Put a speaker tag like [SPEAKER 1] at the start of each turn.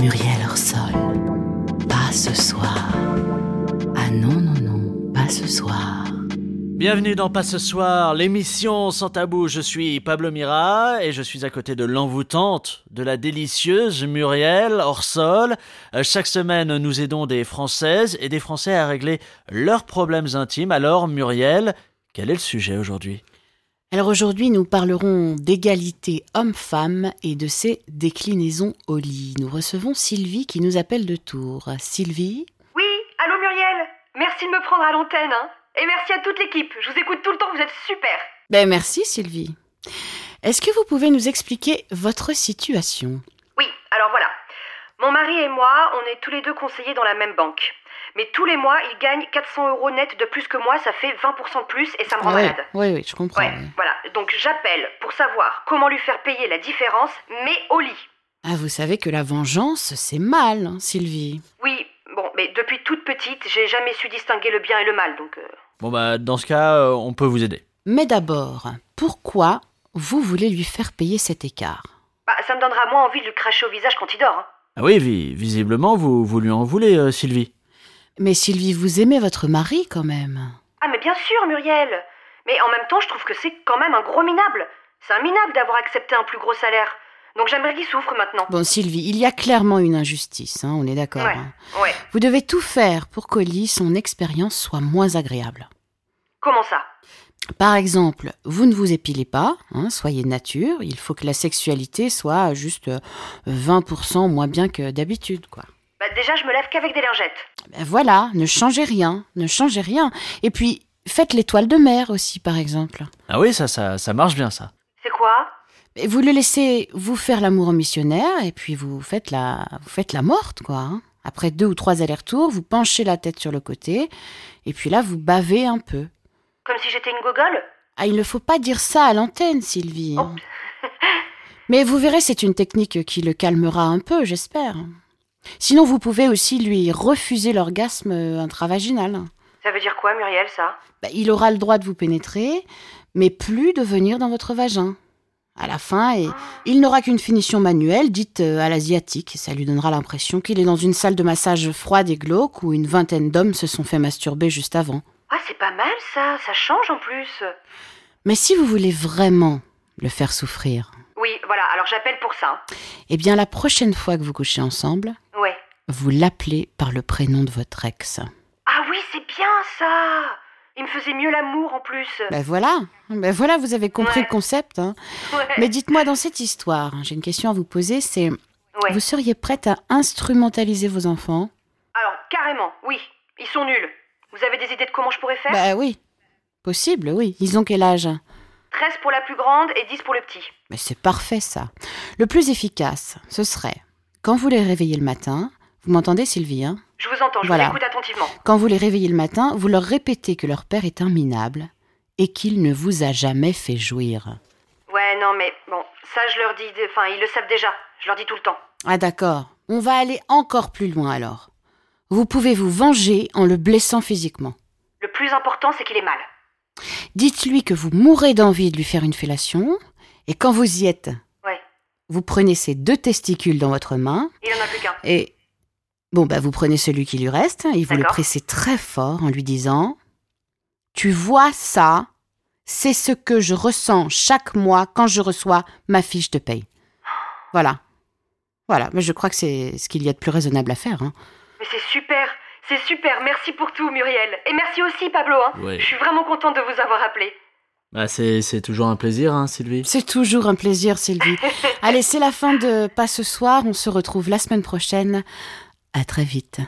[SPEAKER 1] Muriel Orsol. Pas ce soir. Ah non, non, non, pas ce soir.
[SPEAKER 2] Bienvenue dans Pas ce soir, l'émission sans tabou. Je suis Pablo Mira et je suis à côté de l'envoûtante, de la délicieuse Muriel Orsol. Euh, Chaque semaine, nous aidons des Françaises et des Français à régler leurs problèmes intimes. Alors, Muriel, quel est le sujet aujourd'hui
[SPEAKER 1] Alors aujourd'hui, nous parlerons d'égalité homme-femme et de ses déclinaisons au lit. Nous recevons Sylvie qui nous appelle de Tours. Sylvie
[SPEAKER 3] Oui, allô Muriel Merci de me prendre à l'antenne, hein Et merci à toute l'équipe, je vous écoute tout le temps, vous êtes super
[SPEAKER 1] Ben merci Sylvie. Est-ce que vous pouvez nous expliquer votre situation
[SPEAKER 3] Oui, alors voilà. Mon mari et moi, on est tous les deux conseillers dans la même banque. Mais tous les mois, il gagne 400 euros net de plus que moi, ça fait 20% de plus et ça me rend
[SPEAKER 1] oui,
[SPEAKER 3] malade.
[SPEAKER 1] oui, oui, je comprends.
[SPEAKER 3] Ouais, voilà. Donc j'appelle pour savoir comment lui faire payer la différence, mais au lit.
[SPEAKER 1] Ah, vous savez que la vengeance, c'est mal, hein, Sylvie.
[SPEAKER 3] Oui, bon, mais depuis toute petite, j'ai jamais su distinguer le bien et le mal, donc... euh,
[SPEAKER 2] Bon, bah, dans ce cas, euh, on peut vous aider.
[SPEAKER 1] Mais d'abord, pourquoi vous voulez lui faire payer cet écart
[SPEAKER 3] bah, ça me donnera moins envie de lui cracher au visage quand il dort, hein.
[SPEAKER 2] Ah oui, vi- visiblement, vous, vous lui en voulez, euh, Sylvie.
[SPEAKER 1] Mais Sylvie, vous aimez votre mari quand même.
[SPEAKER 3] Ah mais bien sûr, Muriel. Mais en même temps, je trouve que c'est quand même un gros minable. C'est un minable d'avoir accepté un plus gros salaire. Donc j'aimerais qu'il souffre maintenant.
[SPEAKER 1] Bon, Sylvie, il y a clairement une injustice, hein, on est d'accord.
[SPEAKER 3] Ouais.
[SPEAKER 1] hein.
[SPEAKER 3] Ouais.
[SPEAKER 1] Vous devez tout faire pour qu'Oli, son expérience soit moins agréable.
[SPEAKER 3] Comment ça
[SPEAKER 1] Par exemple, vous ne vous épilez pas, hein, soyez nature, il faut que la sexualité soit juste euh, 20% moins bien que d'habitude, quoi.
[SPEAKER 3] Bah déjà, je me lève qu'avec des lingettes.
[SPEAKER 1] Ben voilà, ne changez rien, ne changez rien. Et puis, faites l'étoile de mer aussi, par exemple.
[SPEAKER 2] Ah oui, ça, ça, ça marche bien, ça.
[SPEAKER 3] C'est quoi
[SPEAKER 1] Et vous le laissez vous faire l'amour en missionnaire et puis vous faites la, vous faites la morte, quoi. hein. Après deux ou trois allers-retours, vous penchez la tête sur le côté et puis là, vous bavez un peu.
[SPEAKER 3] Comme si j'étais une gogole
[SPEAKER 1] Ah, il ne faut pas dire ça à l'antenne, Sylvie. hein. Mais vous verrez, c'est une technique qui le calmera un peu, j'espère. Sinon, vous pouvez aussi lui refuser l'orgasme euh, intravaginal.
[SPEAKER 3] Ça veut dire quoi, Muriel, ça
[SPEAKER 1] Bah, il aura le droit de vous pénétrer, mais plus de venir dans votre vagin. À la fin, et il n'aura qu'une finition manuelle, dite euh, à l'asiatique. Ça lui donnera l'impression qu'il est dans une salle de massage froide et glauque où une vingtaine d'hommes se sont fait masturber juste avant.
[SPEAKER 3] Ah, c'est pas mal ça, ça change en plus.
[SPEAKER 1] Mais si vous voulez vraiment le faire souffrir,
[SPEAKER 3] Oui, voilà, alors j'appelle pour ça.
[SPEAKER 1] eh bien la prochaine fois que vous couchez ensemble,
[SPEAKER 3] hein. Ouais.
[SPEAKER 1] vous l'appelez par le prénom de votre ex.
[SPEAKER 3] Ah oui, c'est bien ça Il me faisait mieux l'amour en plus.
[SPEAKER 1] Ben voilà, ben voilà, vous avez compris
[SPEAKER 3] Ouais.
[SPEAKER 1] le concept. hein.
[SPEAKER 3] Ouais.
[SPEAKER 1] Mais dites-moi dans cette histoire, hein, j'ai une question à vous poser, c'est
[SPEAKER 3] Ouais.
[SPEAKER 1] Vous seriez prête à instrumentaliser vos enfants
[SPEAKER 3] Alors, carrément, oui. Ils sont nuls. Vous avez des idées de comment je pourrais faire
[SPEAKER 1] Bah oui. Possible, oui. Ils ont quel âge
[SPEAKER 3] 13 pour la plus grande et 10 pour le petit.
[SPEAKER 1] Mais c'est parfait ça. Le plus efficace, ce serait quand vous les réveillez le matin, vous m'entendez Sylvie hein
[SPEAKER 3] Je vous entends, je
[SPEAKER 1] Voilà.
[SPEAKER 3] vous écoute attentivement.
[SPEAKER 1] Quand vous les réveillez le matin, vous leur répétez que leur père est un minable et qu'il ne vous a jamais fait jouir.
[SPEAKER 3] Ouais, non, mais bon, ça je leur dis, de- enfin, ils le savent déjà, je leur dis tout le temps.
[SPEAKER 1] Ah d'accord. On va aller encore plus loin alors. Vous pouvez vous venger en le blessant physiquement.
[SPEAKER 3] Le plus important, c'est qu'il est mal.
[SPEAKER 1] Dites-lui que vous mourrez d'envie de lui faire une fellation, et quand vous y êtes,
[SPEAKER 3] Ouais.
[SPEAKER 1] vous prenez ses deux testicules dans votre main,
[SPEAKER 3] Il en a plus qu'un.
[SPEAKER 1] et bon, bah, vous prenez celui qui lui reste, et vous le
[SPEAKER 3] D'accord.
[SPEAKER 1] pressez très fort en lui disant Tu vois ça, c'est ce que je ressens chaque mois quand je reçois ma fiche de paye. Voilà. Voilà, mais je crois que c'est ce qu'il y a de plus raisonnable à faire. hein.
[SPEAKER 3] Mais c'est super, c'est super, merci pour tout, Muriel. Et merci aussi, Pablo, hein.
[SPEAKER 2] Ouais.
[SPEAKER 3] Je suis vraiment contente de vous avoir appelé.
[SPEAKER 2] Bah, c'est c'est toujours un plaisir, hein, Sylvie.
[SPEAKER 1] C'est toujours un plaisir, Sylvie. Allez, c'est la fin de Pas ce soir. On se retrouve la semaine prochaine. À très vite.